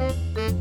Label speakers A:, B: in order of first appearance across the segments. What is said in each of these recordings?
A: 好的，好的，
B: 好的，好的，好的，好的，
C: 好的，好的，好的，好的，好的，好的，
D: 好的，好的，好的，好的，好的，好的，
E: 好的，好的，
F: 好的，好的，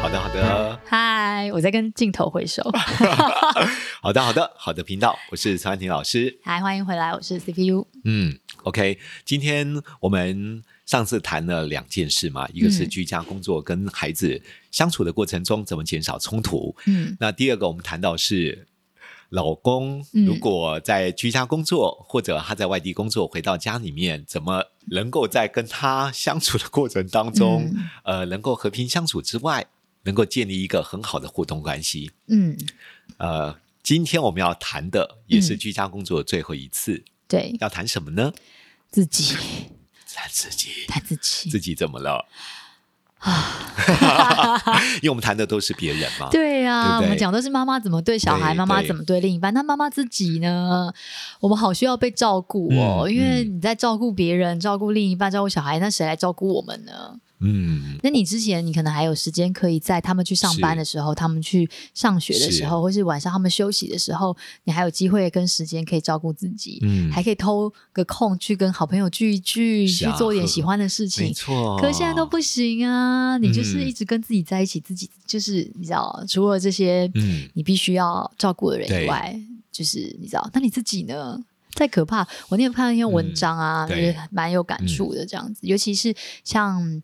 E: 好的，好的，
C: 嗨，我在跟镜头挥手。
E: 好的，好的，好的频道，我是曹安婷老师。
C: 嗨，欢迎回来，我是 CPU。
E: 嗯，OK，今天我们上次谈了两件事嘛，一个是
C: 嗯
E: 居家工作跟孩子相处的过程中怎么减少冲突，
C: 嗯
E: 那第二个我们谈到是。老公
C: 嗯
E: 如果在居家工作，或者他在外地工作，回到家里面，怎么能够在跟他相处的过程当中，
C: 嗯
E: 呃，能够和平相处之外，能够建立一个很好的互动关系？
C: 嗯，
E: 呃，今天我们要谈的也是
C: 嗯
E: 居家工作的最后一次，
C: 对
E: 要谈什么呢？
C: 自己，
E: 谈自己，
C: 他自己。
E: 自己怎么了？ 因为我们谈的都是别人嘛。
C: 啊对呀、
E: 对不对
C: 我们讲都是妈妈怎么对小孩，
E: 对
C: 妈妈
E: 对
C: 怎么对另一半，那妈妈自己呢？我们好需要被照顾哦，
E: 嗯
C: 因为
E: 嗯
C: 你在照顾别人、照顾另一半、照顾小孩，那谁来照顾我们呢？
E: 嗯，
C: 那你之前你可能还有时间，可以在他们去上班的时候，他们去上学的时候，或是晚上他们休息的时候，你还有机会跟时间可以照顾自己，
E: 嗯
C: 还可以偷个空去跟好朋友聚一聚，
E: 是
C: 去
E: 啊
C: 做点喜欢的事
E: 没
C: 情。
E: 错。
C: 可是现在都不行啊！你就是
E: 嗯
C: 一直跟自己在一起，自己就是你知道，除了这些
E: 嗯，
C: 你必须要照顾的人
E: 对
C: 以外，就是你知道，那你自己呢？再可怕，我那天看了一篇文章啊，
E: 嗯
C: 就
E: 对嗯
C: 是蛮有感触的，这样子。尤其是像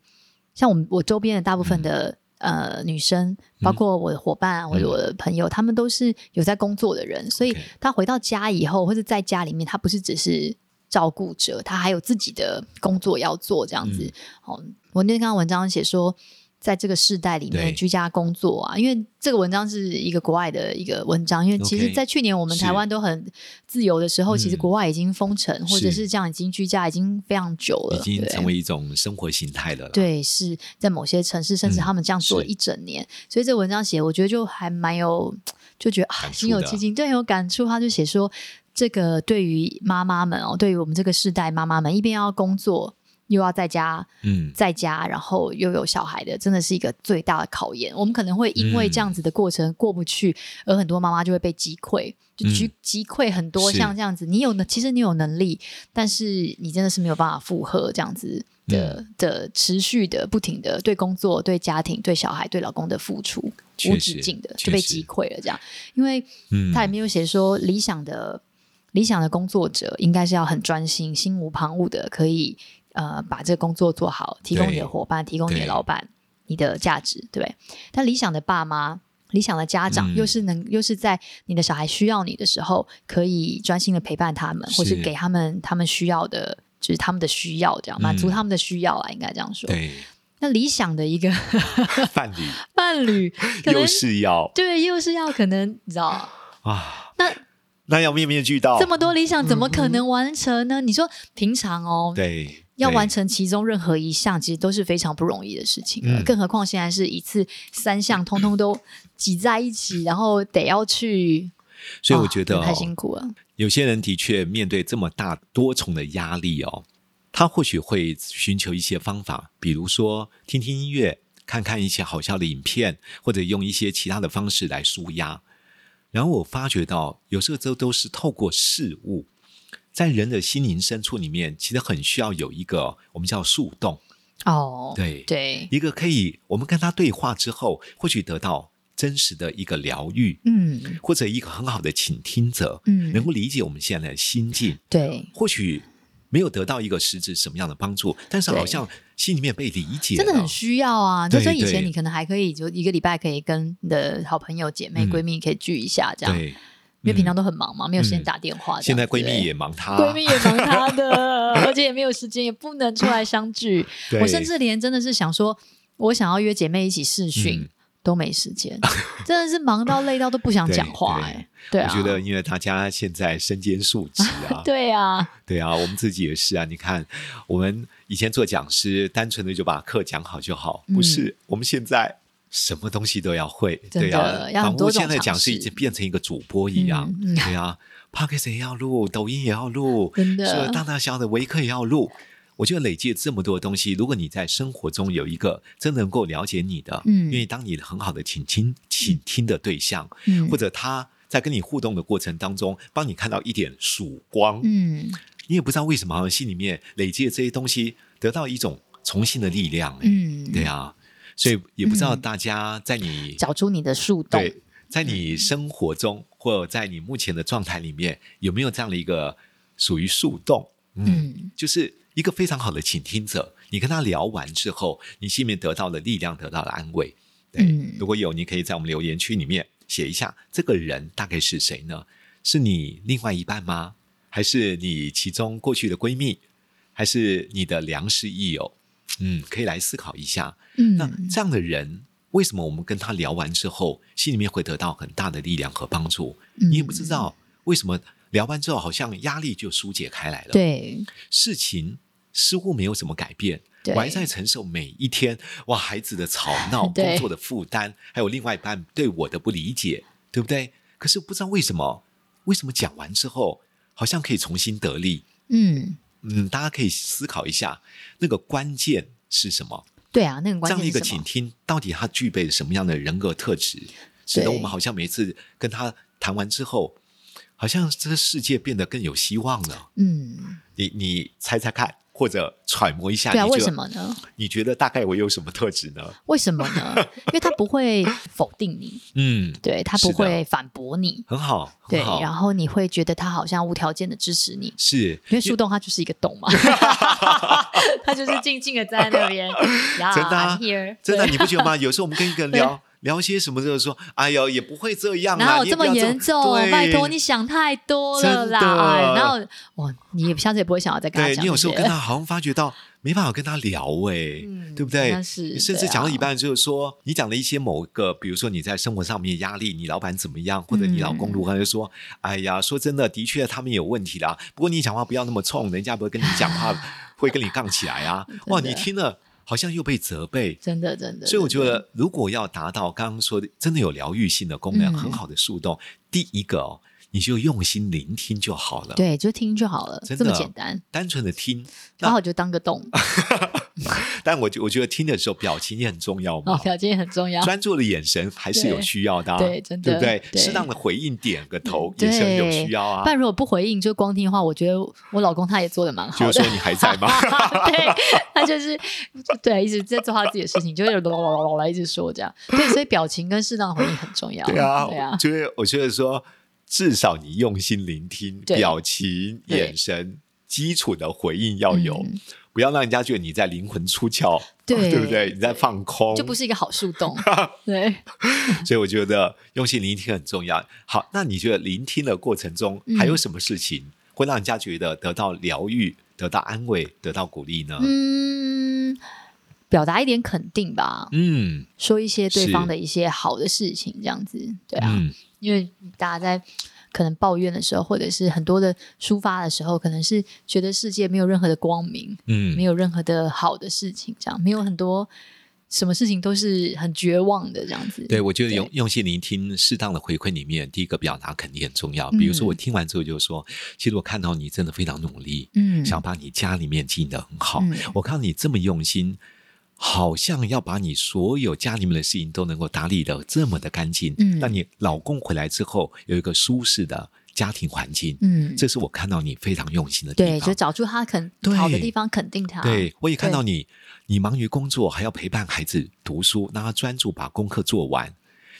C: 像我们我周边的大部分
E: 嗯
C: 的、呃女生，包括我的伙伴啊，或者我的朋友，他们都是有在工作的人，所以
E: OK
C: 他回到家以后，或者在家里面，他不是只是照顾者，他还有自己的工作要做，这样子。
E: 嗯
C: 哦，我那天看到文章写说，在这个世代里面，
E: 对
C: 居家工作啊，因为这个文章是一个国外的一个文章，因为其实，
E: OK，
C: 在去年我们
E: 是
C: 台湾都很自由的时候，
E: 嗯
C: 其实国外已经封城或者
E: 是
C: 是这样已经居家已经非常久了，
E: 已经
C: 对
E: 成为一种生活形态了啦。
C: 对，是在某些城市，甚至
E: 嗯
C: 他们这样做了
E: 是
C: 一整年，所以这文章写，我觉得就还蛮有，就觉得啊，
E: 感触
C: 心有
E: 的
C: 戚戚，对，很有感触。他就写说，这个对于妈妈们哦，对于我们这个世代妈妈们，一边要工作，又要在家
E: 嗯，
C: 在家，然后又有小孩的，真的是一个最大的考验。我们可能会因为这样子的过程过不去，而很多妈妈就会被击溃，就击、
E: 嗯
C: 击溃很多
E: 是
C: 像这样子。你有能，其实你有能力，但是你真的是没有办法负荷这样子的、
E: 嗯
C: 的持续的不停的对工作、对家庭、对小孩、对老公的付出，
E: 确
C: 无
E: 实
C: 止境的
E: 确
C: 就被
E: 实
C: 击溃了。这样，因为
E: 嗯
C: 它里面有写说理想的。理想的工作者应该是要很专心、心无旁骛的，可以呃把这个工作做好，提供你的
E: 对
C: 伙伴，提供你的
E: 对
C: 老板，你的价值，对不对？但理想的爸妈、理想的家长，
E: 嗯
C: 又是能又是在你的小孩需要你的时候，可以专心的陪伴他们，或是
E: 是
C: 给他们他们需要的，就是他们的需要，啊这样满足
E: 嗯
C: 他们的需要啊，应该这样说。
E: 对，
C: 那理想的一个
E: 伴侣
C: 伴侣， 可能
E: 又是要
C: 对，又是要可能你知道。
E: 啊，
C: 那
E: 那要面面俱到。
C: 这么多理想怎么可能完成呢？你说平常哦，
E: 嗯对，
C: 要
E: 对
C: 完成其中任何一项，其实都是非常不容易的事情了，
E: 嗯
C: 更何况现在是一次三项通通都挤在一起，然后得要去，
E: 所以我
C: 啊
E: 觉得
C: 太
E: 哦
C: 辛苦了。
E: 有些人的确面对这么大多重的压力哦，他或许会寻求一些方法，比如说听听音乐，看看一些好笑的影片，或者用一些其他的方式来舒压。然后我发觉到，有时候这都是透过事物，在人的心灵深处里面，其实很需要有一个我们叫树洞，
C: 哦，
E: 对
C: 对，
E: 一个可以我们跟他对话之后，或许得到真实的一个疗愈，
C: 嗯
E: 或者一个很好的倾听者，能
C: 嗯，
E: 够理解我们现在的心境。
C: 对，
E: 或许没有得到一个实质什么样的帮助，但是
C: 对
E: 好像心里面被理解了，
C: 真的很需要啊！就
E: 哦对
C: 像以
E: 对
C: 前你可能还可以，就一个礼拜可以跟你的好朋友、姐妹、
E: 嗯
C: 闺蜜可以聚一下这样，
E: 对。
C: 因为平常
E: 嗯、
C: 都很忙嘛，没有时间
E: 嗯
C: 打电话这样子。
E: 现在闺
C: 啊对
E: 蜜也忙她，
C: 闺蜜也忙她 的，而且也没有时间，也不能出来相聚。
E: 对
C: 我甚至连真的是想说，我想要约姐妹一起视讯、
E: 嗯
C: 都没时间，真的是忙到累到都不想
E: 对
C: 讲话、
E: 对
C: 哎，对
E: 我
C: 啊，，
E: 觉得因为大家现在身兼数职啊
C: 对 啊，
E: 对啊，我们自己也是啊。你看，我们以前做讲师，单纯的就把课讲好就好，
C: 嗯
E: 不是？我们现在什么东西都要会，
C: 真的
E: 对啊，
C: 要很
E: 仿佛
C: 多种
E: 现在讲师已
C: 尝试
E: 经变成一个主播一样，
C: 嗯嗯
E: 对啊 p o d c a s t 也要录，抖音也要录，
C: 真的
E: 所有大大小小的微课也要录，我觉得累积了这么多东西，如果你在生活中有一个真能够了解你的，
C: 嗯
E: 愿意当你很好的倾听、倾听的对象，
C: 嗯
E: 或者他在跟你互动的过程当中，帮你看到一点曙光，
C: 嗯
E: 你也不知道为什么，好像心里面累积的这些东西，得到一种重新的力量、欸，
C: 嗯，
E: 对啊，所以也不知道
C: 嗯
E: 大家在你、
C: 找嗯出你的树洞，
E: 对，在你生活中或在你目前的状态里面，有没有这样的一个属于树洞？嗯，
C: 嗯
E: 就是一个非常好的倾听者。你跟他聊完之后，你心里面得到了力量，得到了安慰。对，
C: 嗯
E: 如果有，你可以在我们留言区里面写一下，这个人大概是谁呢？是你另外一半吗？还是你其中过去的闺蜜？还是你的良师益友？嗯，可以来思考一下。那
C: 嗯
E: 这样的人，为什么我们跟他聊完之后，心里面会得到很大的力量和帮助？
C: 嗯
E: 你也不知道为什么聊完之后，好像压力就疏解开来了。，
C: 对
E: 事情似乎没有什么改变，
C: 对
E: 我还在承受每一天哇孩子 的吵闹、
C: 对
E: 工作的负担，还有另外一半对我的不理解，对不对？可是不知道为什么，为什么讲完之后，好像可以重新得力？
C: 嗯
E: 嗯，大家可以思考一下，那个关键是什么？
C: 对啊，那个
E: 这
C: 关
E: 样的一
C: 键
E: 个
C: 是什
E: 倾
C: 么？
E: 听，到底他具备什么样的人格特质，使得我们好像每次跟他谈完之后，好像这个世界变得更有希望了。
C: 嗯，
E: 你你猜猜看，或者揣摩一下，
C: 对啊，
E: 你觉
C: 为
E: 得
C: 什么呢？
E: 你觉得大概我有什么特质呢？
C: 为什么呢？因为他不会否定你，
E: 嗯，
C: 对他不
E: 是的
C: 会反驳你，
E: 很好，
C: 对
E: 很，好，
C: 然后你会觉得他好像无条件的支持你，
E: 是
C: 因为树洞它就是一个 洞嘛， 它就是静静的站在那边，呀
E: 真的啊
C: I'm here，
E: 真的，
C: 对
E: 你不觉 得吗？有时候我们跟一个人聊聊些什么，就是说，哎呦，也不会这样啊，
C: 哪有
E: 你
C: 这
E: 也不
C: 么
E: 要
C: 严重？
E: 对
C: 拜托，你想太多了啦！
E: 真的
C: 哎然后哇，你也下次也不会想要再跟他
E: 对
C: 讲这些。
E: 你有时候跟他好像发觉到没办法跟他聊哎、
C: 嗯
E: 对不对？
C: 那是
E: 你甚至
C: 对啊
E: 讲到一半就是说，你讲了一些某个，比如说你在生活上面压力，你老板怎么样，或者你老公如何，就说， 哎呀，说真的，的确他们有问题啦。不过你讲话不要那么冲，人家不会跟你讲话，会跟你杠起来啊。哇，
C: 真的
E: 你听了好像又被责备。
C: 真的真的，
E: 所以我觉
C: 真的
E: 得，如果要达到刚刚说的真的有疗愈性的功能，
C: 嗯
E: 很好的树洞，第一个哦，你就用心聆听就好了，
C: 对，就听就好了，
E: 真
C: 这么
E: 的
C: 简单，
E: 单纯的听，那
C: 然后就当个 洞，
E: 但我觉我觉得听的时候表情也很重要
C: 哦
E: 嘛，，
C: 条件很重要。
E: 专注的眼神还是有需要的、啊，
C: 对对真的
E: 对不对？
C: 对
E: 适当的回应，点个头，
C: 对
E: 眼神有需要啊
C: 不。然如果不回应就光听的话，我觉得我老公他也做的蛮好
E: 就
C: 的。
E: 是说你还在吗？
C: 对，他就是对，一直在做他自己的事情，就是啦啦啦啦一直说这样。对，所以表情跟适当回应很重要。
E: 对啊，
C: 对啊，
E: 就是我觉得说，至少你用心聆听，
C: 对
E: 表情、
C: 对
E: 眼神。基础的回应要有，
C: 嗯
E: 不要让人家觉得你在灵魂出窍，
C: 对
E: 不对？你在放空，
C: 就不是一个好树 洞。对，
E: 所以我觉得用心聆听很重要。好，那你觉得聆听的过程中
C: 嗯
E: 还有什么事情会让人家觉得得到疗愈、得到安慰、得到鼓励呢？
C: 嗯，表达一点肯定吧，
E: 嗯
C: 说一些对
E: 是
C: 方的一些好的事情，这样子。对啊，
E: 嗯
C: 因为大家在可能抱怨的时候，或者是很多的抒发的时候，可能是觉得世界没有任何的光明，没
E: 嗯，
C: 有任何的好的事情，这样没有很多什么事情都是很绝望的这样子。
E: 对，我觉得
C: 对
E: 用用心聆听、适当的回馈里面，第一个表达肯定很重要。
C: 嗯
E: 比如说，我听完之后就说，其实我看到你真的非常努力，
C: 嗯，
E: 想把你家里面经营的很好。
C: 嗯
E: 我看到你这么用心，好像要把你所有家里面的事情都能够打理的这么的干净，
C: 嗯
E: 让你老公回来之后有一个舒适的家庭环境。
C: 嗯，
E: 这是我看到你非常用心的地
C: 对，
E: 方。
C: 就找出他肯
E: 对
C: 好的地方，肯定他。
E: 对，我也看到你，你忙于工作，还要陪伴孩子读书，让他专注把功课做完。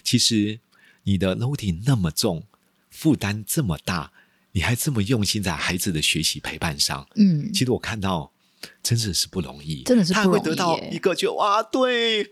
E: 其实你的 loading 那么重，负担这么大，你还这么用心在孩子的学习陪伴上。
C: 嗯，
E: 其实我看到真的是不容易，
C: 真的是
E: 他
C: 不
E: 会
C: 容
E: 得
C: 易
E: 到
C: 耶
E: 一个就哇，对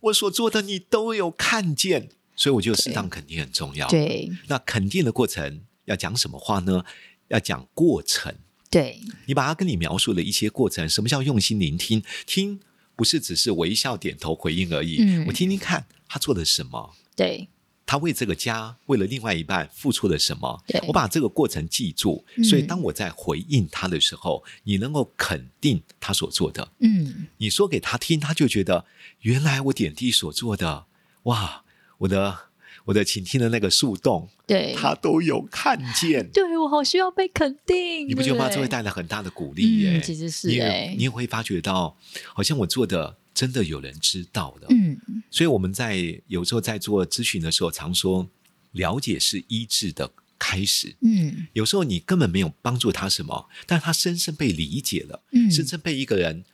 E: 我所做的你都有看见，所以我觉得适当肯定很重要。，
C: 对
E: 那肯定的过程要讲什么话呢？要讲过程。
C: 对，
E: 你把它跟你描述了一些过程，什么叫用心聆听？听不是只是微笑点头回应而已，
C: 嗯
E: 我听听看他做了什么，
C: 对，
E: 他为这个家，为了另外一半付出了什么
C: 对？
E: 我把这个过程记住，
C: 嗯
E: 所以当我在回应他的时候，你能够肯定他所做的。
C: 嗯
E: 你说给他听，他就觉得原来我点滴所做的，哇，我的我的倾听的那个树洞，
C: 对，
E: 他都有看见。
C: 对我好需要被肯定，
E: 你不觉得吗？这会带来很大的鼓励耶、
C: 嗯其实是
E: 你也
C: 哎
E: 你也会发觉到，好像我做的真的有人知道的。
C: 嗯
E: 所以我们在有时候在做咨询的时候，常说了解是医治的开始。
C: 嗯
E: 有时候你根本没有帮助他什么，但他深深被理解了，
C: 嗯，
E: 深深被一个人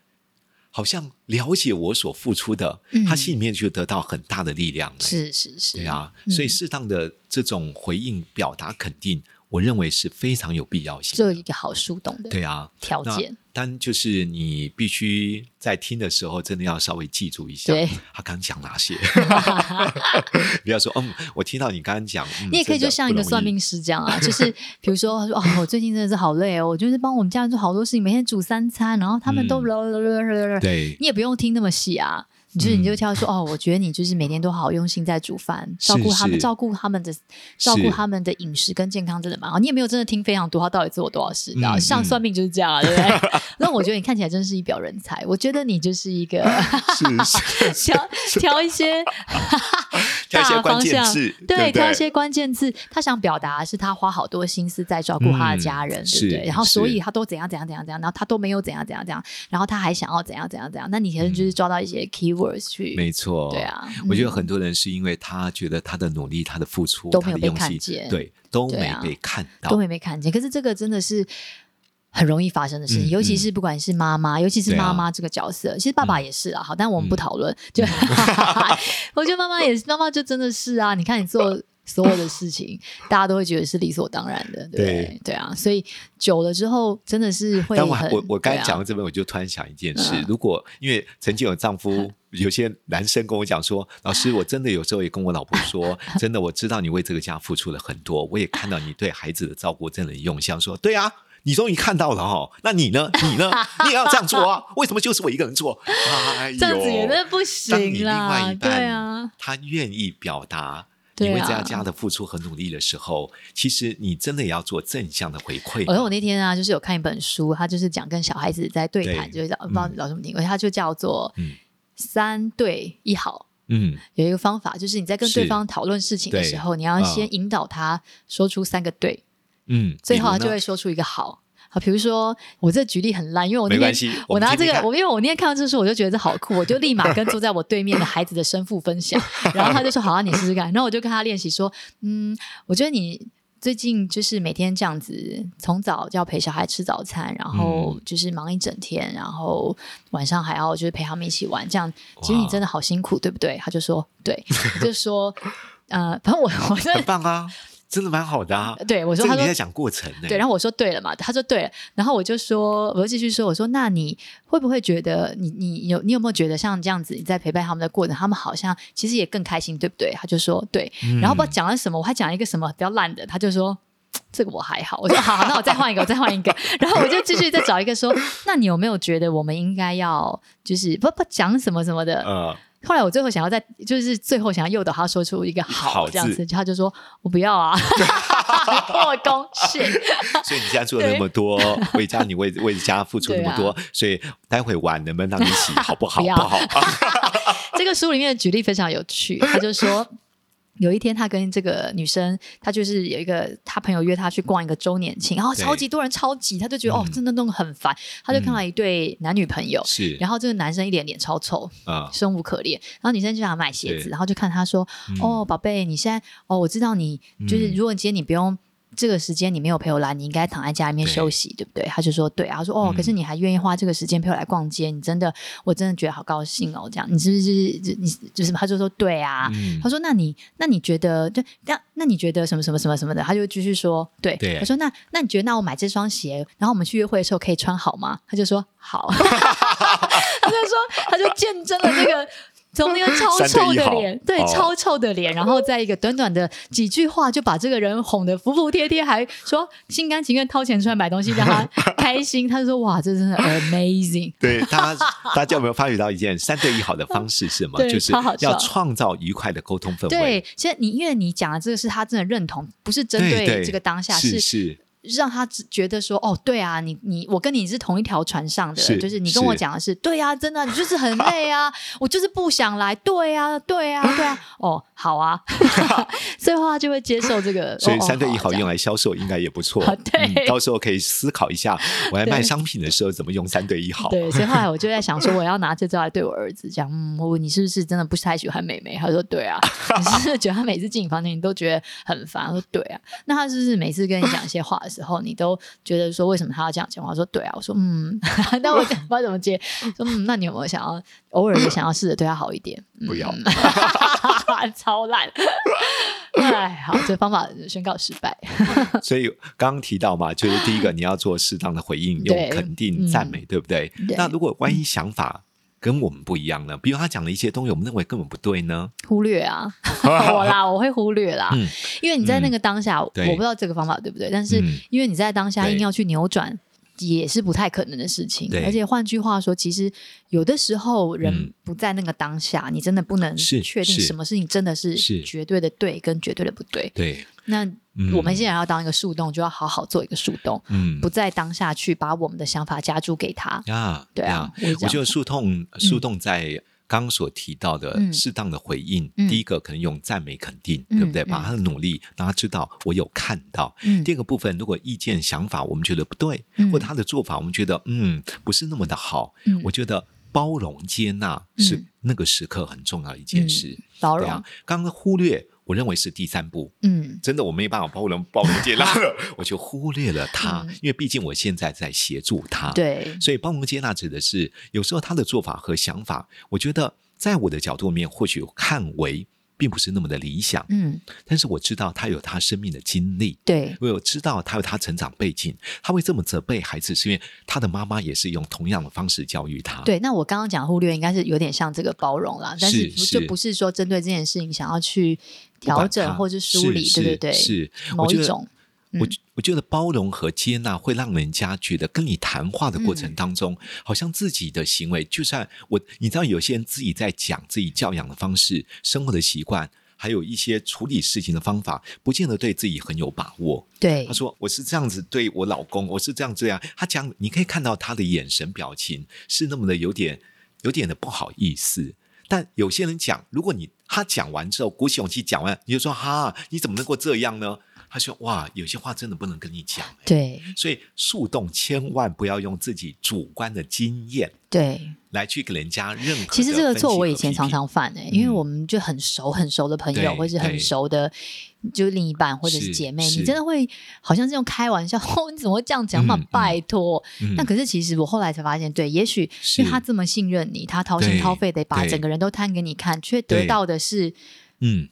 E: 好像了解我所付出的，
C: 嗯
E: 他心里面就得到很大的力量了。
C: 是是是，
E: 对啊，
C: 嗯
E: 所以适当的这种回应、表达肯定，我认为是非常有必要性
C: 这
E: 的。
C: 有一个好树洞的
E: 对啊，
C: 条
E: 那
C: 件，
E: 但就是你必须在听的时候，真的要稍微记住一下
C: 对，
E: 他刚讲 哪些，不要说嗯，我听到你刚刚讲，嗯、
C: 你也可以
E: 真
C: 就
E: 的
C: 像
E: 不
C: 一个
E: 容易
C: 算命师这样啊， 就是比如说他说哦，我最近真的是好累哦，我就是帮我们家人做好多事情，每天煮三餐，然后他们都
E: 嗯
C: 啦啦啦啦啦，
E: 对，
C: 你也不用听那么细啊。你就是
E: 嗯
C: 你就挑说、哦，我觉得你就是每天都好用心在煮饭，
E: 是
C: 照顾他们，
E: 是
C: 照顾他们的，照顾他们的饮食跟健康真的蛮好。你也没有真的听非常多，他到底做了多少事的啊、
E: 嗯
C: 像
E: 嗯
C: 算命就是这样啊，对不对？ 那我觉得你看起来真是一表人才，我觉得你就是一个
E: 是是
C: 挑挑一些
E: 挑一些
C: 大
E: 关
C: 方
E: 键
C: 向，
E: 字对不
C: 对，
E: 对
C: 挑一些关键字。他想表达的是他花好多心思在照顾他的家人，
E: 嗯
C: 对不
E: 是
C: 对？然后所
E: 是
C: 以他都怎样怎样怎样怎样，然后他都没有怎样怎样怎样，然后他还想要怎样怎样怎样。那你可能就是抓到一些 keywords 去，
E: 嗯没错，
C: 对。啊，
E: 我觉得
C: 嗯
E: 很多人是因为他觉得他的努力、他的付出、
C: 都
E: 他
C: 没有
E: 的
C: 被
E: 用
C: 看
E: 心，
C: 见
E: 对，都
C: 对
E: 没
C: 啊
E: 被看到，
C: 都没没看见。可是这个真的是。很容易发生的事情，
E: 嗯
C: 尤其
E: 嗯
C: 是不管是妈妈，尤其是
E: 对啊
C: 妈妈这个角色，其实爸爸也是啊。好，但我们不
E: 嗯
C: 讨论。就 我觉得妈妈也是，妈妈就真的是啊。你看你做所有的事情，大家都会觉得是理所当然的，对不
E: 对
C: 对对啊。所以久了之后，真的是会
E: 但我
C: 很
E: 我我刚才讲到
C: 对啊
E: 这边，我就突然想一件事：
C: 嗯
E: 如果因为曾经有丈夫，有些男生跟我讲说，老师，我真的有时候也跟我老婆 说，真的，我知道你为这个家付出了很多，我也看到你对孩子的照顾真的很用心。我说对啊。你终于看到了哦，那你呢？你呢？你也要这样做啊？为什么就是我一个 人做？哎呦，
C: 这样子也真的不
E: 当你
C: 行
E: 另外
C: 啦
E: 一，
C: 对
E: 半
C: 啊，
E: 他愿意表达，
C: 对啊
E: 你为这家家的付出很努力的时候，其实你真的也要做正向的回馈。
C: 而我那天啊，就是有看一本书，他就是讲跟小孩子在对谈，
E: 对
C: 就是讲不知道
E: 嗯
C: 老师们听过，他就叫做
E: 嗯
C: 三对一好。
E: 嗯，
C: 有一个方法，就是你在跟
E: 是
C: 对方讨论事情的时候，
E: 对
C: 你要
E: 嗯
C: 先引导他说出三个对，
E: 嗯，
C: 最后
E: 比
C: 他
E: 如呢
C: 就会说出一个好。好，比如说我这举例很烂，因为我那
E: 没
C: 天
E: 关系
C: 我
E: 我们
C: 拿
E: 听
C: 这
E: 听
C: 个，
E: 看
C: 我因为我那天看到这书，我就觉得这好酷，我就立马跟坐在我对面的孩子的生父分 享，然后他就说好啊，你试试看。然后我就跟他练习说，嗯，我觉得你最近就是每天这样子，从早就要陪小孩吃早餐，然后
E: 嗯
C: 就是忙一整天，然后晚上还要就是陪他们一起玩，这样其实你
E: 哇
C: 真的好辛苦，对不对？他就说对，我就说呃，反正我我真的
E: 很棒啊，真的蛮好的啊。
C: 对我
E: 我
C: 说，他
E: 你
C: 说
E: 在讲过程呢、
C: 对，然后我说对了嘛，他说对了，然后我就说，我就继续说，我说那你会不会觉得你你有你有没有觉得像这样子你在陪伴他们的过程，他们好像其实也更开心，对不对？他就说对，然后不知道讲了什么，我还讲了一个什么比较烂的，他就说。这个我还好，我说好，好那我再换一个，我再换一个，然后我就继续再找一个说，那你有没有觉得我们应该要就是不不讲什么什么的，
E: 呃，
C: 后来我最后想要在，就是最后想要诱导他说出一个
E: 好
C: 好
E: 字
C: 这样子，他就说我不要 啊，破功是，
E: 所以你现在做了那么 多，为家你为为家付出那么多，所以待会晚能不能让你 洗好不好？
C: 啊不要
E: 好啊，
C: 这个书里面的举例非常有 趣，他就说。有一天，他跟这个女生，他就是有一个他朋友约他去逛一个周年庆，然后
E: 对
C: 超级多人，超级他就觉得、哦
E: 嗯，
C: 真的弄得很烦，他就看到一对男女朋友，
E: 是
C: 然后这个男生一脸脸超臭，
E: 啊，
C: 生无可恋。然后女生就想买鞋
E: 是
C: 子，然后就看他说：“
E: 嗯
C: 哦，宝贝，你现在哦，我知道你就是，
E: 嗯
C: 如果今天你不用。”这个时间你没有陪我来，你应该躺在家里面
E: 对
C: 休息，对不对？他就说对啊，他说哦，
E: 嗯
C: 可是你还愿意花这个时间陪我来逛街，你真的，我真的觉得好高兴哦。这样，你是不是就是你就是？他就说对啊，
E: 嗯
C: 他说：“那你那你觉得对？那那你觉得什么什么什么什么的？”他就继续说：“对。
E: 对
C: 他说：“那那你觉得那我买这双鞋，然后我们去约会的时候可以穿好吗？”他就说：“ 好。”他就说：“他就见证了这 个。”从那个超
E: 三对
C: 臭
E: 一
C: 的
E: 好
C: 脸，对、
E: 哦
C: 超臭的脸，然后在一个短短的几句话就把这个人哄得服服帖帖，还说心甘情愿掏钱出来买东西让 他开心。他就说：“哇，这真的 amazing。
E: 对大家，大家有没有发觉到一件三对一好的方式是什么？
C: 对
E: 就是
C: 超好笑
E: 要创造愉快的沟通氛”围。
C: 对，现在你因为你讲的这个是他真的认同，不是针哦
E: 对对，
C: 这个当下，
E: 是是
C: 让他只觉得说，哦，对啊，你你我跟你是同一条船上的，
E: 是
C: 就是你跟我
E: 是
C: 讲的是，对啊，真的，你就是很累啊， 我就是不想来，对啊，对啊，对啊，哦，好 啊， 所以他就会接受这个，
E: 所以
C: 哦
E: 三对一好。
C: 哦。
E: 用来销售应该也不错
C: 对
E: 嗯到时候可以思考一下，我来卖
C: 对
E: 商品的时候怎么用三对一好。
C: 这样对，所以后来我就在想 说，我要拿这招来对我儿子讲，嗯，我你是不是真的不太喜欢妹妹？他说对 啊，你是不是觉得她每次进你房间你都觉得很烦？我说对啊，那他是不是每次跟你讲一些话的时候，你都觉得说为什么他要这样讲话？我说对啊，我说嗯， 但我讲不知道怎么接，说嗯，那你有没有想要偶尔也想要试着对他好一点？ 嗯
E: 不要，
C: 超烂。 哎，好，这方法宣告失败。
E: 所以刚刚提到嘛，就是第一个你要做适当的回应，
C: 对
E: 用肯定、
C: 嗯
E: 赞美，对不对？
C: 对
E: 那如果万一想法跟我们不一样呢？比如他讲的一些东西，我们认为根本不对呢？
C: 忽略 啊，我啦，我会忽略啦，
E: 嗯
C: 因为你在那个当下，我
E: 对
C: 不知道这个方法对不对，但是
E: 嗯
C: 因为你在当下
E: 对
C: 硬要去扭转。也是不太可能的事情
E: 对，
C: 而且换句话说，其实有的时候
E: 嗯
C: 人不在那个当下，你真的不能
E: 是
C: 确定
E: 是
C: 什么事情真的是
E: 是
C: 绝对的对跟绝对的不对。
E: 对，
C: 那
E: 嗯
C: 我们既然要当一个树洞，就要好好做一个树洞，
E: 嗯
C: 不在当下去把我们的想法加注给他。
E: 啊，
C: 对啊
E: 呀
C: 我是这
E: 我
C: 样
E: 觉得树洞树洞在刚刚所提到的
C: 嗯
E: 适当的回应，
C: 嗯
E: 第一个可能用赞美肯定，
C: 嗯
E: 对不对？
C: 嗯
E: 把他的努力让他知道我有看到。
C: 嗯
E: 第二个部分，如果意见想法我们觉得不对，
C: 嗯
E: 或他的做法我们觉得嗯不是那么的好，
C: 嗯
E: 我觉得包容接纳是
C: 嗯
E: 那个时刻很重要的一件事。
C: 包
E: 对
C: 容
E: 啊，，刚刚忽略，我认为是第三步。
C: 嗯
E: 真的我没办法包容包容接纳 了，我就忽略了他，
C: 嗯
E: 因为毕竟我现在在协助他。。
C: 对，
E: 所以包容接纳指的是，有时候他的做法和想法，我觉得在我的角度面，或许看为并不是那么的理想，
C: 嗯
E: 但是我知道他有他生命的经历。
C: 对，
E: 我有知道他有他成长背景，他会这么责备孩子，是因为他的妈妈也是用同样的方式教育他。
C: 对，那我刚刚讲忽略，应该是有点像这个包容啦，但是
E: 是
C: 不
E: 是
C: 就不是说针对这件事情想要去
E: 不管他，
C: 调整或者梳理，
E: 是
C: 对对对，
E: 是
C: 某
E: 我觉
C: 一
E: 得
C: 种，
E: 我
C: 嗯
E: 觉我觉得包容和接纳会让人家觉得跟你谈话的过程当中，好像自己的行为，就算我，你知道有些人自己在讲自己教养的方式、生活的习惯，还有一些处理事情的方法，不见得对自己很有把握。
C: 对
E: 他，说我是这样子对我老公，我是这样这样。他讲，你可以看到他的眼神表情是那么的有点有点的不好意思。但有些人讲，如果你他讲完之后鼓起勇气讲完，你就说哈，你怎么能够这样呢？他说哇，有些话真的不能跟你讲、欸
C: 对
E: 所以树洞千万不要用自己主观的经验
C: 对。
E: 来去给人家认可。
C: 其实这个错我以前常常犯诶、欸因为
E: 嗯
C: 我们就很熟很熟的朋友，
E: 对
C: 或是
E: 对
C: 很熟的就另一半或者
E: 是
C: 是姐妹，
E: 是
C: 你真的会好像是用开玩笑， 哦，你怎么会这样讲嘛
E: 嗯嗯？
C: 拜托，
E: 嗯
C: 那可是其实我后来才发现，对，也许
E: 是
C: 因为他这么信任你，他掏
E: 对
C: 心掏肺的把
E: 对
C: 整个人都摊给你看，却
E: 对
C: 得到的是。
E: 嗯，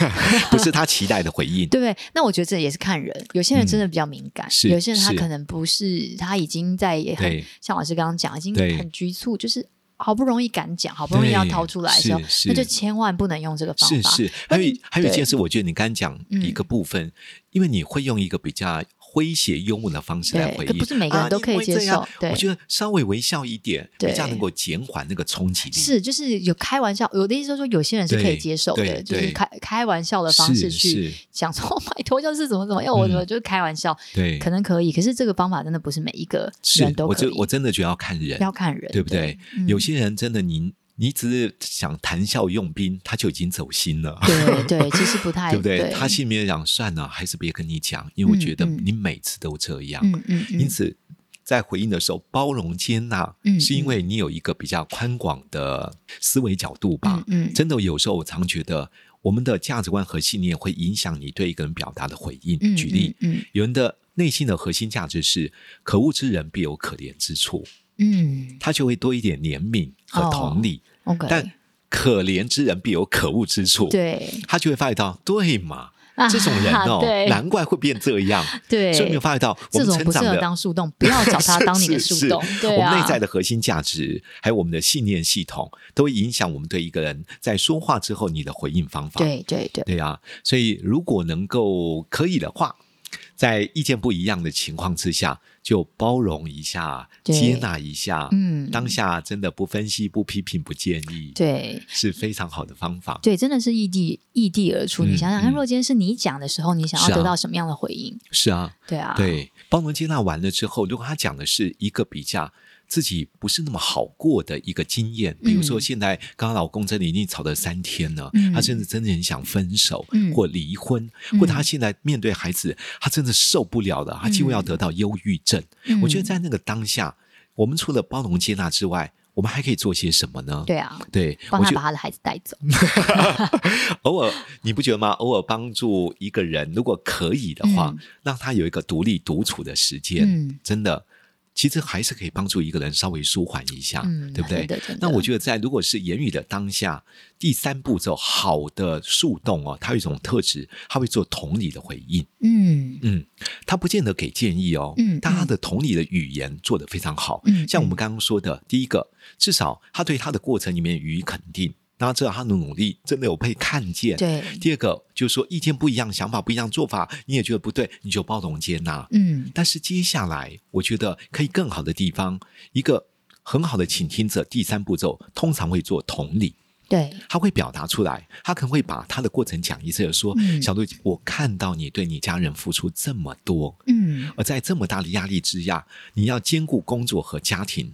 E: 不是他期待的回应。
C: 对不对？那我觉得这也是看人，有些人真的比较敏感，
E: 嗯是
C: 有些人他
E: 是
C: 可能不是，他已经在也很
E: 对
C: 像老师刚刚讲，已经
E: 对
C: 很局促，就是好不容易敢讲，好不容易要
E: 对
C: 掏出来的时候
E: 是是，
C: 那就千万不能用这个方
E: 是
C: 法。
E: 是，
C: 那
E: 还有一
C: 你
E: 还有一件
C: 对嗯
E: 事，我觉得你刚刚讲一个部分，因为你会用一个比较诙谐幽默的方式来
C: 对
E: 回
C: 可
E: 应，
C: 不是每个人
E: 啊
C: 都
E: 你
C: 可以
E: 会
C: 接
E: 这样
C: 受对
E: 我觉得稍微微笑一点，比较
C: 对
E: 能够减缓那个冲击力。
C: 是，就是有开玩笑，我的意思是说，有些人是可
E: 对
C: 以接受
E: 对
C: 的，就
E: 对
C: 是开开玩笑的方
E: 是
C: 式去
E: 是
C: 想说， 哦拜托，就是怎么怎么样，我怎么
E: 嗯
C: 就是开玩笑，
E: 对，
C: 可能可以，可是这个方法真的不是每一个
E: 是
C: 人都
E: 我
C: 可
E: 真
C: 以，
E: 我真的觉得要看人，
C: 要看人，
E: 对不对？
C: 嗯
E: 有些人真的你你只是想谈笑用兵，他就已经走心了。
C: 对哎对，其 实不太
E: 对不对？他心里面想，算了，还是别跟你讲，因为我
C: 嗯
E: 觉得
C: 嗯
E: 你每次都这样。
C: 嗯嗯，嗯
E: 因此，在回应的时候，包容接纳，
C: 嗯
E: 是因为你有一个比较宽广的思维角度吧。
C: 嗯嗯
E: 真的，有时候我常觉得，我们的价值观和信念会影响你对一个人表达的回应。
C: 嗯
E: 举例，
C: 嗯嗯
E: 有人的内心的核心价值是“可恶之人必有可怜之处”，
C: 嗯
E: 他就会多一点怜悯和同理，
C: ，OK，
E: 但“可怜之人必有可恶之处”，
C: 对
E: 他就会发觉到，对嘛？
C: 啊
E: 这种人哦，
C: 对
E: 难怪会变这样。
C: 对，
E: 所以你有发觉到，
C: 这
E: 我们
C: 种
E: 成
C: 不适
E: 长
C: 合
E: 的
C: 当树洞，不要找它当你的
E: 是
C: 树洞
E: 是，
C: 对
E: 我
C: 啊，
E: 们内在的核心价值，还有我们的信念系统，都会影响我们对一个人在说话之后你的回应方法。
C: 对对对，
E: 对啊，所以如果能够可以的话，在意见不一样的情况之下，就包容一下，
C: 对
E: 接纳一下。
C: 嗯
E: 当下真的不分析、不批评、不建议，，
C: 对。
E: 是非常好的方法。
C: 对，真的是异地异地而出。你
E: 嗯
C: 想想看，
E: 嗯
C: 若今天是你讲的时候，你想
E: 是
C: 要
E: 啊
C: 得到什么样的回应？
E: 是啊，
C: 对啊，
E: 对，包容接纳完了之后，如果他讲的是一个比较自己不是那么好过的一个经验，比如说
C: 嗯
E: 现在刚刚老公这里已经吵了三天了，
C: 嗯
E: 他甚至真的很想分手、
C: 嗯
E: 或离婚，
C: 嗯
E: 或他现在面对孩子，他真的受不了了，他几乎要得到忧郁症。
C: 嗯
E: 我觉得在那个当下，我们除了包容接纳之外，我们还可以做些什么呢？
C: 对啊，
E: 对，
C: 帮
E: 我
C: 他
E: 觉得
C: 把他的孩子带走。
E: 偶尔你不觉得吗？偶尔帮助一个人，如果可以的话，
C: 嗯
E: 让他有一个独立独处的时间，
C: 嗯
E: 真的，其实还是可以帮助一个人稍微舒缓一下，
C: 嗯，
E: 对不
C: 真
E: 对？
C: 的真的
E: 那我觉得，在如果是言语的当下，第三步骤，好的树洞哦，它有一种特质，它会做同理的回应。
C: 嗯
E: 嗯，它不见得给建议哦，
C: 嗯
E: 但它的同理的语言做得非常好。
C: 嗯
E: 像我们刚刚说的，第一个，至少他对他的过程里面予以肯定，那知道他的努力真的有被看见。
C: 对，
E: 第二个就是说，意见不一样，想法不一样，做法你也觉得不对，你就包容接纳。
C: 嗯
E: 但是接下来，我觉得可以更好的地方，一个很好的倾听者，第三步骤通常会做同理，
C: 对，
E: 他会表达出来，他可能会把他的过程讲一次，说：“
C: 嗯
E: 小杜，我看到你对你家人付出这么多，
C: 嗯
E: 而在这么大的压力之下，你要兼顾工作和家庭，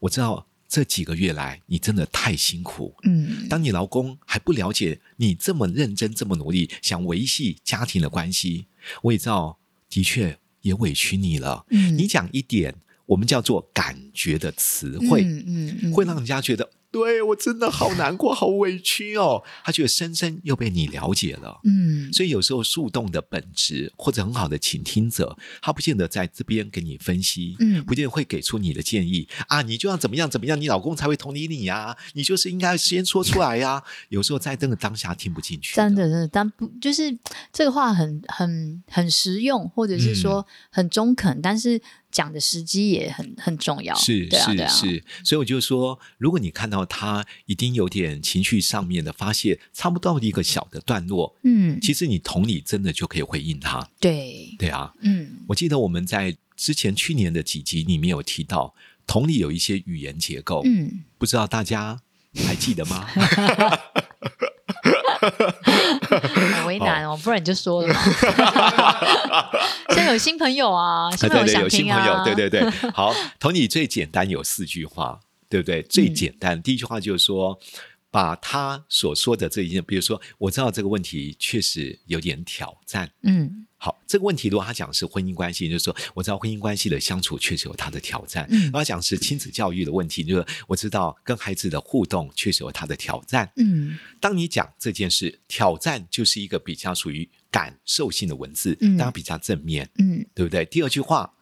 E: 我知道这几个月来你真的太辛苦，
C: 嗯
E: 当你老公还不了解你这么认真、这么努力想维系家庭的关系，我也知道，的确也委屈你了。
C: 嗯，
E: 你讲一点，我们叫做感觉的词汇，
C: 嗯嗯嗯
E: 会让人家觉得，对我真的好难过、好委屈哦。他觉得深深又被你了解了。
C: 嗯
E: 所以有时候树洞的本质，或者很好的倾听者，他不见得在这边给你分析，
C: 嗯
E: 不见得会给出你的建议啊，你就要怎么样怎么样，你老公才会同理你呀、你就是应该先说出来呀、有时候在那个当下听不进去，
C: 真的，真的，但不就是这个话很很很实用，或者是说
E: 嗯
C: 很中肯，但是讲的时机也很很重要。
E: 是
C: 对啊，对
E: 是
C: 啊，
E: 是，所以我就说，如果你看到他一定有点情绪上面的发泄，差不多到一个小的段落，
C: 嗯，
E: 其实你同理真的就可以回应他，
C: 对，
E: 对啊，
C: 嗯
E: 我记得我们在之前去年的几集里面有提到，同理有一些语言结构，
C: 嗯，
E: 不知道大家还记得 吗？
C: 很为难哦，不然你就说了嘛。 现在有新朋友啊，新朋
E: 对
C: 友
E: 对，
C: 想
E: 有新
C: 听
E: 朋友
C: 啊，，
E: 对对对。 好，同理最简单有四句话，对不对？最简单、第一句话就是说。把他所说的这一件，比如说，我知道这个问题确实有点挑战。
C: 嗯
E: 好，这个问题如果他讲是婚姻关系，就是说，我知道婚姻关系的相处确实有它的挑战。
C: 嗯
E: 然后他讲是亲子教育的问题，就是我知道跟孩子的互动确实有它的挑战。
C: 嗯
E: 当你讲这件事，挑战就是一个比较属于感受性的文字，
C: 嗯
E: 大家比较正面，
C: 嗯
E: 对不对？第二句话，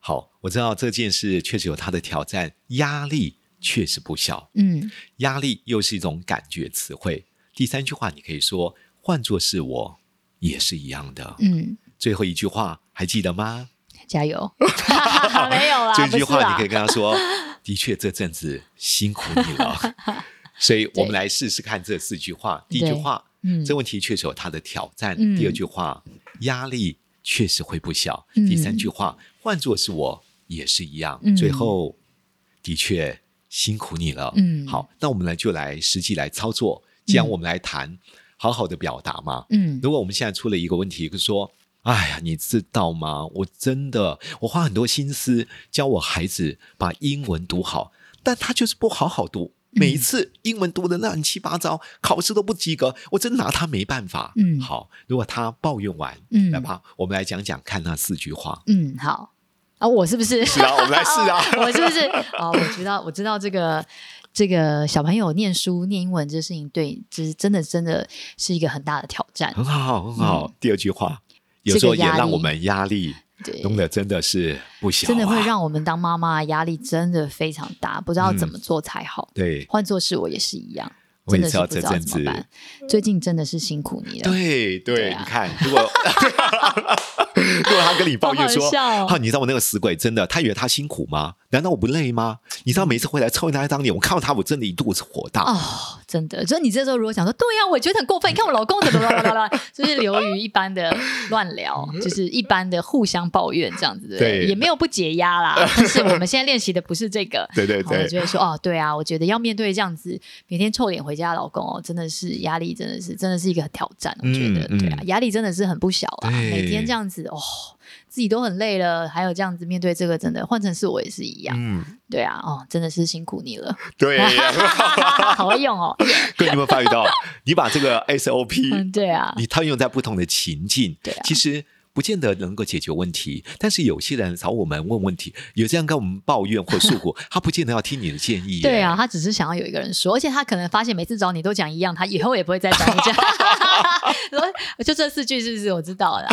E: 好，我知道这件事确实有它的挑战，压力确实不小，
C: 嗯
E: 压力又是一种感觉词汇。第三句话，你可以说，换作是我也是一样的。
C: 嗯，
E: 最后一句话还记得吗？
C: 加 油， 没有啦，
E: 最后一句
C: 不是啊
E: 话
C: 啦
E: 你可以跟他说，的确这阵子辛苦你了。 所以我们来试试看这四句话。第一句
C: 对
E: 话，
C: 嗯
E: 这问题确实有它的挑战。
C: 嗯
E: 第二句话，压力确实会不小。
C: 嗯
E: 第三句话，换作是我也是一样。
C: 嗯
E: 最后，的确辛苦你了。
C: 嗯
E: 好，那我们来就来实际来操作。既然我们来谈好好的表达嘛，
C: 嗯
E: 如果我们现在出了一个问题，就是说，哎呀，你知道吗？我真的，我花很多心思教我孩子把英文读好，但他就是不好好读，
C: 嗯
E: 每一次英文读的乱七八糟，考试都不及格，我真拿他没办法。
C: 嗯
E: 好，如果他抱怨完，
C: 嗯
E: 来吧，我们来讲讲看那四句话。
C: 嗯，好啊，我是不是？
E: 是啊，我们来试啊。
C: 我是不是？哦，我知道，我知道这个这个小朋友念书念英文这事情对，就是真的真的是一个很大的挑战。
E: 很好，很好。第二句话，
C: 嗯
E: 有
C: 这
E: 时
C: 个
E: 候也
C: 压
E: 让
C: 力
E: 我们压力
C: 对，
E: 弄得真的是不小、啊，
C: 真的会让我们当妈妈压力真的非常大，不知道怎么做才好。
E: 对
C: 换做是我也是一样，
E: 嗯我
C: 真的
E: 也知
C: 是
E: 道
C: 不知
E: 这
C: 道
E: 阵
C: 怎么
E: 子
C: 办。最近真的是辛苦你了。
E: 对对，
C: 啊
E: 你看，如果如果他跟你抱怨说
C: 好好笑哦
E: 哈，你知道我那个死鬼真的，他以为他辛苦吗？难道我不累吗？你知道每次回来臭那一张脸，我看到他我真的一肚子火大。
C: 哦，真的，就是你这时候如果想说，对呀、我觉得很过分，你看我老公怎么啦啦啦 啦，就是流于一般的乱聊，就是一般的互相抱怨这样子，对不对
E: 嗯对
C: 也没有不解压 啦。但是我们现在练习的不是这个，
E: 对对
C: 然后我
E: 对，
C: 就会说，哦，对啊，我觉得要面对这样子每天臭脸回家的老公哦，真的是压力，真的是真的是一个挑战，我觉得，
E: 嗯
C: 对啊，
E: 嗯
C: 压力真的是很不小啊，
E: 对
C: 每天这样子哦。自己都很累了，还有这样子面对这个，真的换成是我也是一样，
E: 嗯，
C: 对啊，哦，真的是辛苦你了，
E: 对。
C: 好会用 哦，
E: 各位，你有没有发觉到，你把这个 SOP
C: 嗯，对 啊，
E: 你套用在不同的情境，
C: 对啊
E: 其实不见得能够解决问题。但是有些人找我们问问题，有这样跟我们抱怨或诉苦，他不见得要听你的建议。
C: 对啊，，他只是想要有一个人说，而且他可能发现每次找你都讲一样，他以后也不会再找 你讲。 说就这四句是不是？我知道 了。。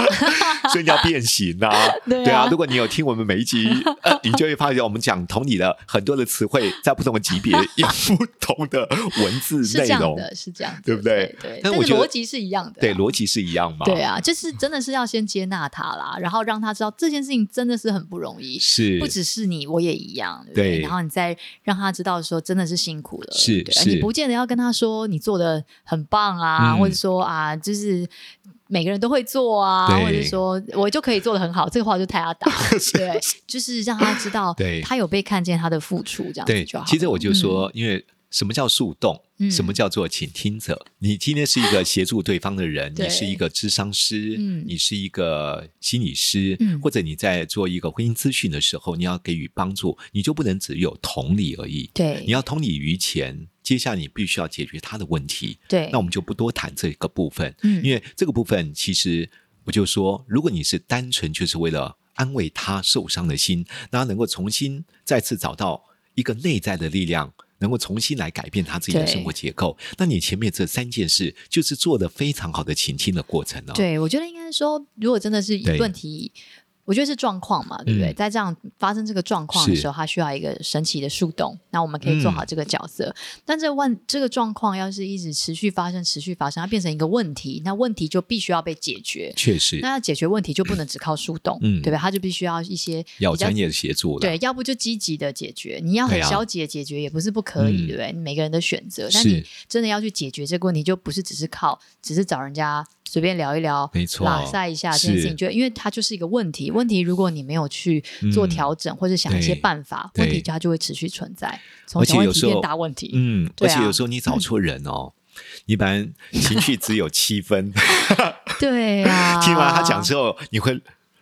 E: 所以你要变形啊
C: 对啊
E: 如果你有听我们每一集， 呃你就会发现我们讲同理的很多的词汇，在不同的级别有不同的文字
C: 是这
E: 内
C: 样
E: 容，
C: 的，是这样的，
E: 对不对
C: 对，
E: 但
C: 但
E: 我
C: 是
E: 觉得
C: 逻辑是一样的啊。
E: 对，逻辑是一样嘛？
C: 对，啊，就是真的是要先接纳他啦，然后让他知道这件事情真的是很不容易，
E: 是
C: 不只是你，我也一样，对不对？
E: 对
C: 然后你再让他知道说，真的是辛苦了，
E: 是
C: 对啊
E: 是
C: 你不见得要跟他说你做的很棒啊，
E: 嗯
C: 或者说啊，就是。每个人都会做啊，
E: 对
C: 或者说我就可以做的很好，这个话就太阿达， 对，就是让他知道，
E: 对
C: 他有被看见他的付出，这样子
E: 对
C: 就好。。
E: 其实我就说，因为什么叫树洞？
C: 嗯
E: 什么叫做倾听者？你今天是一个协助对方的人，
C: 对
E: 你是一个智商师，
C: 嗯
E: 你是一个心理师，
C: 嗯
E: 或者你在做一个婚姻咨询的时候，你要给予帮助，你就不能只有同理而已。
C: 对，
E: 你要同理于前，接下来你必须要解决他的问题。
C: 对，
E: 那我们就不多谈这个部分，
C: 嗯
E: 因为这个部分其实我就说，如果你是单纯就是为了安慰他受伤的心，那他能够重新再次找到一个内在的力量。能够重新来改变他自己的
C: 对
E: 生活结构，那你前面这三件事就是做的非常好的倾听的过程哦。
C: 对，我觉得应该说，如果真的是
E: 对
C: 问题，我觉得是状况嘛，对不对？
E: 嗯
C: 在这样发生这个状况的
E: 是嗯
C: 时候，它需要一个神奇的树洞，那我们可以做好这个角色。但这万这个状况要是一直持续发生、持续发生，它变成一个问题，那问题就必须要被解决。
E: 确实
C: 那要解决问题，就不能只靠树洞，
E: 嗯
C: 对吧？它就必须要一些
E: 要
C: 比较
E: 专业的协助了。
C: 对，要不就积极的解决，你要
E: 对
C: 很
E: 啊
C: 消极的解决也不是不可以，
E: 嗯
C: 对不对？你每个人的选择，但你
E: 是
C: 真的要去解决这个问题，就不是只是靠，只是找人家随便聊一聊，
E: 没错
C: 拉塞一下这件事
E: 是
C: 情，就因为它就是一个问题。问题如果你没有去做
E: 嗯
C: 调整、或者想一些
E: 对
C: 办法，问题
E: 对
C: 它就会持续存在，从
E: 而
C: 小
E: 且
C: 问
E: 有
C: 题
E: 时
C: 变
E: 候
C: 大问题。
E: 嗯，
C: 对
E: 而
C: 啊
E: 且有时候你找错人 哦，你本来情绪只有七分，
C: 对啊，
E: 听完他讲之后，你会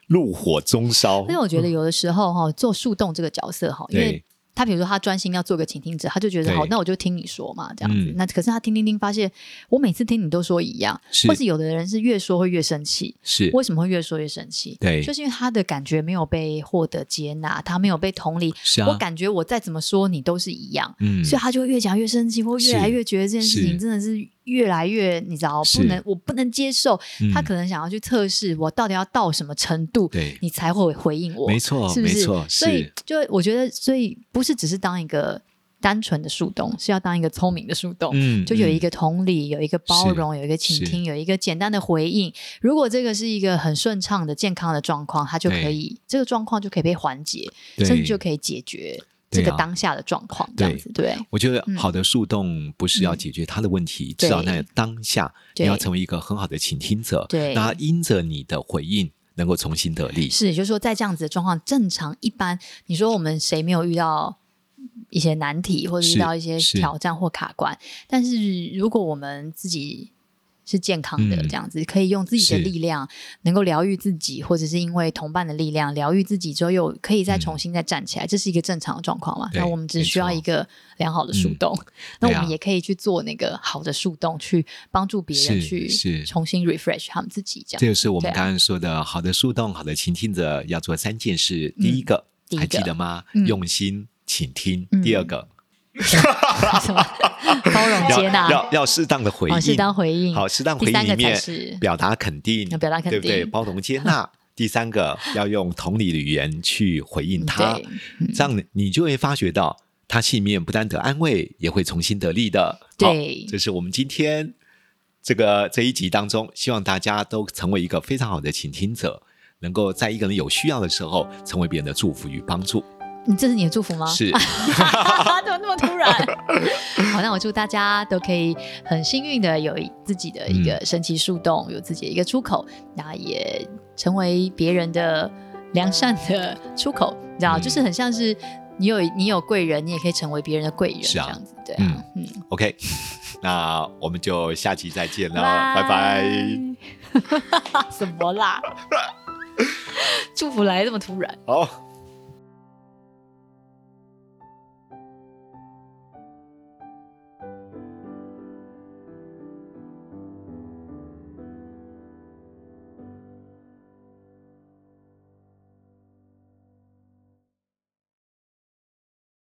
E: 怒火中烧。
C: 但是我觉得有的时候哈、做树洞这个角色哈、因为
E: 对
C: 他比如说他专心要做个倾听者，他就觉得
E: 对
C: 好，那我就听你说嘛，这样子。
E: 嗯
C: 那可是他听听听，发现我每次听你都说一样，
E: 是
C: 或是有的人是越说会越生气。
E: 是
C: 为什么会越说越生气？
E: 对
C: 就是因为他的感觉没有被获得接纳，他没有被同理。
E: 是啊
C: 我感觉我再怎么说你都是一样，
E: 嗯
C: 所以他就会越讲越生气，或越来
E: 是
C: 越觉得这件事情
E: 是
C: 真的是越来越，你知道，不
E: 是
C: 能我不能接受。
E: 嗯
C: 他可能想要去测试我到底要到什么程度，
E: 对
C: 你才会回应我，
E: 没错
C: 是不是？
E: 哦没错
C: 所以
E: 是
C: 就我觉得，所以不是只是当一个单纯的树洞，是要当一个聪明的树洞。
E: 嗯
C: 就有一个
E: 个
C: 同理，有一个包容，有一个倾听，有一个简单的回应。如果这个是一个很顺畅的、健康的状况，它就可以，这个状况就可以被缓解，
E: 嗯对
C: 甚至就可以解决这
E: 对
C: 个
E: 啊
C: 当下的状况，这样
E: 对
C: 子对。
E: 我觉得好的树洞不是要解决他的问
C: 嗯
E: 题，
C: 对
E: 至少在当下
C: 对
E: 你要成为一个很好的倾听者，
C: 对
E: 那因着你的回应能够重新得力。
C: 是，啊也就是说，在这样子的状况，正常一般，你说我们谁没有遇到一些难题，或者遇
E: 是
C: 到一些
E: 是
C: 挑战或卡关？但是如果我们自己是健康的，
E: 嗯
C: 这样子可以用自己的
E: 是
C: 力量，能够疗愈自己，或者是因为同伴的力量疗愈自己之后，又可以再重新再站起来，这是一个正常的状况嘛？那
E: 嗯对
C: 我们只
E: 没
C: 需要
E: 错
C: 一个良好的树
E: 嗯
C: 洞，那
E: 对
C: 我们
E: 啊
C: 也可以去做那个好的树洞，去帮助别人
E: 是
C: 去
E: 是
C: 重新 refresh 他们自己，这样
E: 这就是我们
C: 对啊
E: 刚刚说的，好的树洞，好的倾听者要做三件事。
C: 嗯
E: 第一个，
C: 第一个
E: 还记得吗？
C: 嗯
E: 用心倾听。
C: 嗯
E: 第二个，
C: 什么包容
E: 要
C: 接纳，
E: 要要适当的回
C: 哦，
E: 应，
C: 适当回应，
E: 好，适当
C: 第
E: 回应
C: 三
E: 里
C: 个才
E: 面
C: 是
E: 表达肯定
C: 要，表达肯
E: 对不对？
C: 定
E: 包容接纳。 第三个要用同理的语言去回应他
C: 嗯对，
E: 这样你就会发觉到他心里面不但得安慰，也会重新得力的。好
C: 对
E: 这是我们今天这个这一集当中，希望大家都成为一个非常好的倾听者。能够在一个人有需要的时候，成为别人的祝福与帮助。
C: 你这是你的祝福吗？
E: 是，
C: 怎么那么突然？ 好，那我祝大家都可以很幸运的有自己的一
E: 嗯
C: 个神奇树洞，有自己的一个出口，然后也成为别人的良善的出口，你知道，
E: 嗯
C: 就是很像是你有你有贵人，你也可以成为别人的贵人，
E: 是啊
C: 这样子，对啊，嗯，
E: OK，那我们就下期再见了，拜拜。
C: 拜。什么啦？祝福来得这么突然。
E: 好。